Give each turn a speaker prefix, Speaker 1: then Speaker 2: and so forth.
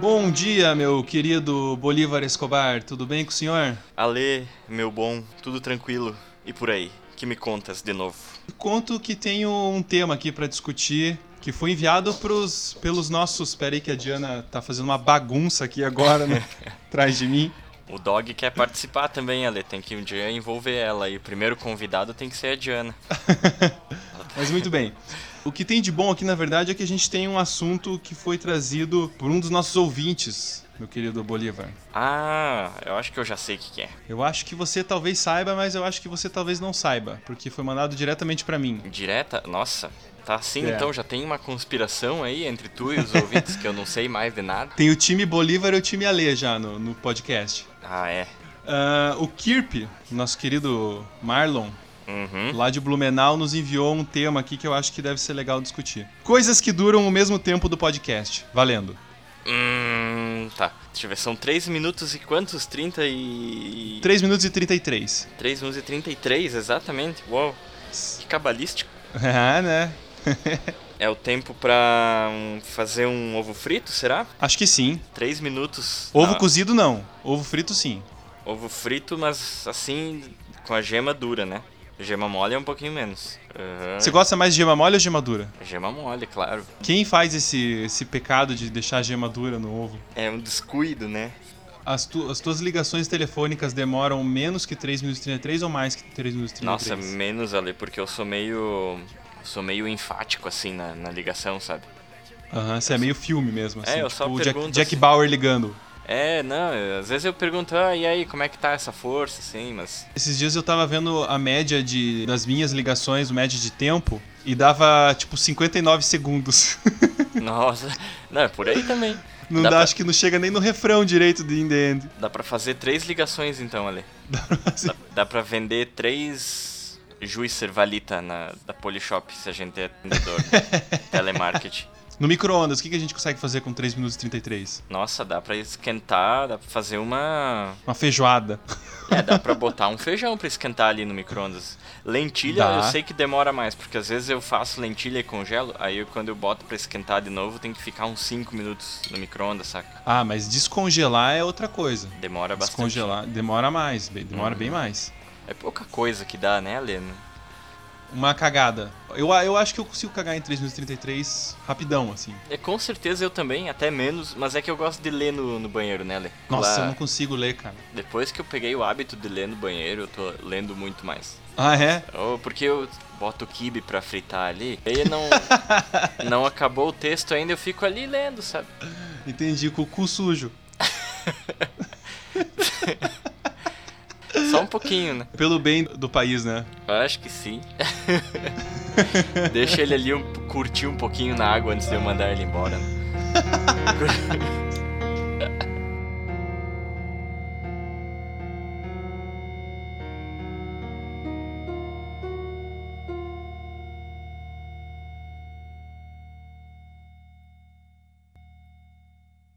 Speaker 1: Bom dia, meu querido Bolívar Escobar. Tudo bem com o senhor?
Speaker 2: Ale, meu bom, tudo tranquilo e por aí. Que me contas de novo?
Speaker 1: Conto que tenho um tema aqui para discutir que foi enviado pros, pelos nossos. Pera aí que a Diana tá fazendo uma bagunça aqui agora, né? Atrás de mim.
Speaker 2: O Dog quer participar também, Ale. Tem que um dia envolver ela. E o primeiro convidado tem que ser a Diana.
Speaker 1: Mas muito bem. O que tem de bom aqui, na verdade, é que a gente tem um assunto que foi trazido por um dos nossos ouvintes, meu querido Bolívar.
Speaker 2: Ah, eu acho que eu já sei o que, que é.
Speaker 1: Eu acho que você talvez saiba, mas eu acho que você talvez não saiba, porque foi mandado diretamente pra mim.
Speaker 2: Direta? Nossa. Tá assim,
Speaker 1: É.
Speaker 2: então já tem uma conspiração aí entre tu e os ouvintes que eu não sei mais de nada.
Speaker 1: Tem o time Bolívar e o time Ale já no, no podcast.
Speaker 2: Ah, é.
Speaker 1: Ah, o Kirp, nosso querido Marlon,
Speaker 2: Uhum.
Speaker 1: lá de Blumenau, nos enviou um tema aqui que eu acho que deve ser legal discutir. Coisas que duram o mesmo tempo do podcast. Valendo.
Speaker 2: Hum, tá. Deixa eu ver, são 3 minutos e quantos? 30 e.
Speaker 1: 3 minutos e 33.
Speaker 2: 3 minutos e 33, exatamente. Uau, que cabalístico.
Speaker 1: ah, né?
Speaker 2: É o tempo pra hum, fazer um ovo frito, será?
Speaker 1: Acho que sim.
Speaker 2: 3 minutos.
Speaker 1: Ovo
Speaker 2: Ah,
Speaker 1: cozido, não. Ovo frito, sim.
Speaker 2: Ovo frito, mas assim, com a gema dura, né? Gema mole é um pouquinho menos. Aham.
Speaker 1: Você gosta mais de gema mole ou gema dura?
Speaker 2: Gema mole, claro.
Speaker 1: Quem faz esse, esse pecado de deixar a gema dura no ovo?
Speaker 2: É um descuido, né?
Speaker 1: As, tu- as tuas ligações telefônicas demoram menos que 3 minutos e 33 ou mais que 3 minutos e 33?
Speaker 2: Nossa, é menos ali, porque eu sou meio. Sou meio enfático, assim, na, na ligação, sabe?
Speaker 1: Aham, você é meio filme mesmo, assim.
Speaker 2: É, eu
Speaker 1: tipo
Speaker 2: só
Speaker 1: o Jack,
Speaker 2: pergunto,
Speaker 1: Jack
Speaker 2: assim.
Speaker 1: Bauer ligando.
Speaker 2: É, não, eu- às vezes eu pergunto, ah, e aí, como é que tá essa força, assim, mas.
Speaker 1: Esses dias eu tava vendo a média de, das minhas ligações, média de tempo, e dava tipo 59 segundos.
Speaker 2: Nossa, não, é por aí também.
Speaker 1: Não
Speaker 2: Dá
Speaker 1: dá,
Speaker 2: pra-
Speaker 1: acho que não chega nem no refrão direito de In The End.
Speaker 2: Dá pra fazer três ligações então ali. Dá, dá pra vender três juicer valita na, da Polishop, se a gente é atendedor. Telemarketing.
Speaker 1: No micro-ondas, o que, que a gente consegue fazer com 3 minutos e 33?
Speaker 2: Nossa, dá pra esquentar, dá pra fazer uma.
Speaker 1: Uma feijoada.
Speaker 2: É, dá pra botar um feijão pra esquentar ali no micro-ondas. Lentilha,
Speaker 1: Dá.
Speaker 2: eu sei que demora mais, porque às vezes eu faço lentilha e congelo, aí eu- quando eu boto pra esquentar de novo, tem que ficar uns 5 minutos no micro-ondas, saca?
Speaker 1: Ah, mas descongelar é outra coisa.
Speaker 2: Demora bastante.
Speaker 1: Descongelar demora mais, bem- demora bem mais.
Speaker 2: É pouca coisa que dá, né, Leno?
Speaker 1: Uma cagada. Eu, eu acho que eu consigo cagar em 3 minutos e 33 rapidão, assim.
Speaker 2: É, com certeza eu também, até menos, mas é que eu gosto de ler no, no banheiro, né, Lê?
Speaker 1: Nossa,
Speaker 2: Lá-
Speaker 1: eu não consigo ler, cara.
Speaker 2: Depois que eu peguei o hábito de ler no banheiro, eu tô lendo muito mais.
Speaker 1: Ah, é?
Speaker 2: Ou porque eu boto o kibe pra fritar ali, aí não, não acabou o texto ainda, eu fico ali lendo, sabe?
Speaker 1: Entendi, com o cu sujo.
Speaker 2: Só um pouquinho, né?
Speaker 1: Pelo bem do país, né?
Speaker 2: Eu acho que sim. Deixa ele ali um- curtir um pouquinho na água antes de eu mandar ele embora. né?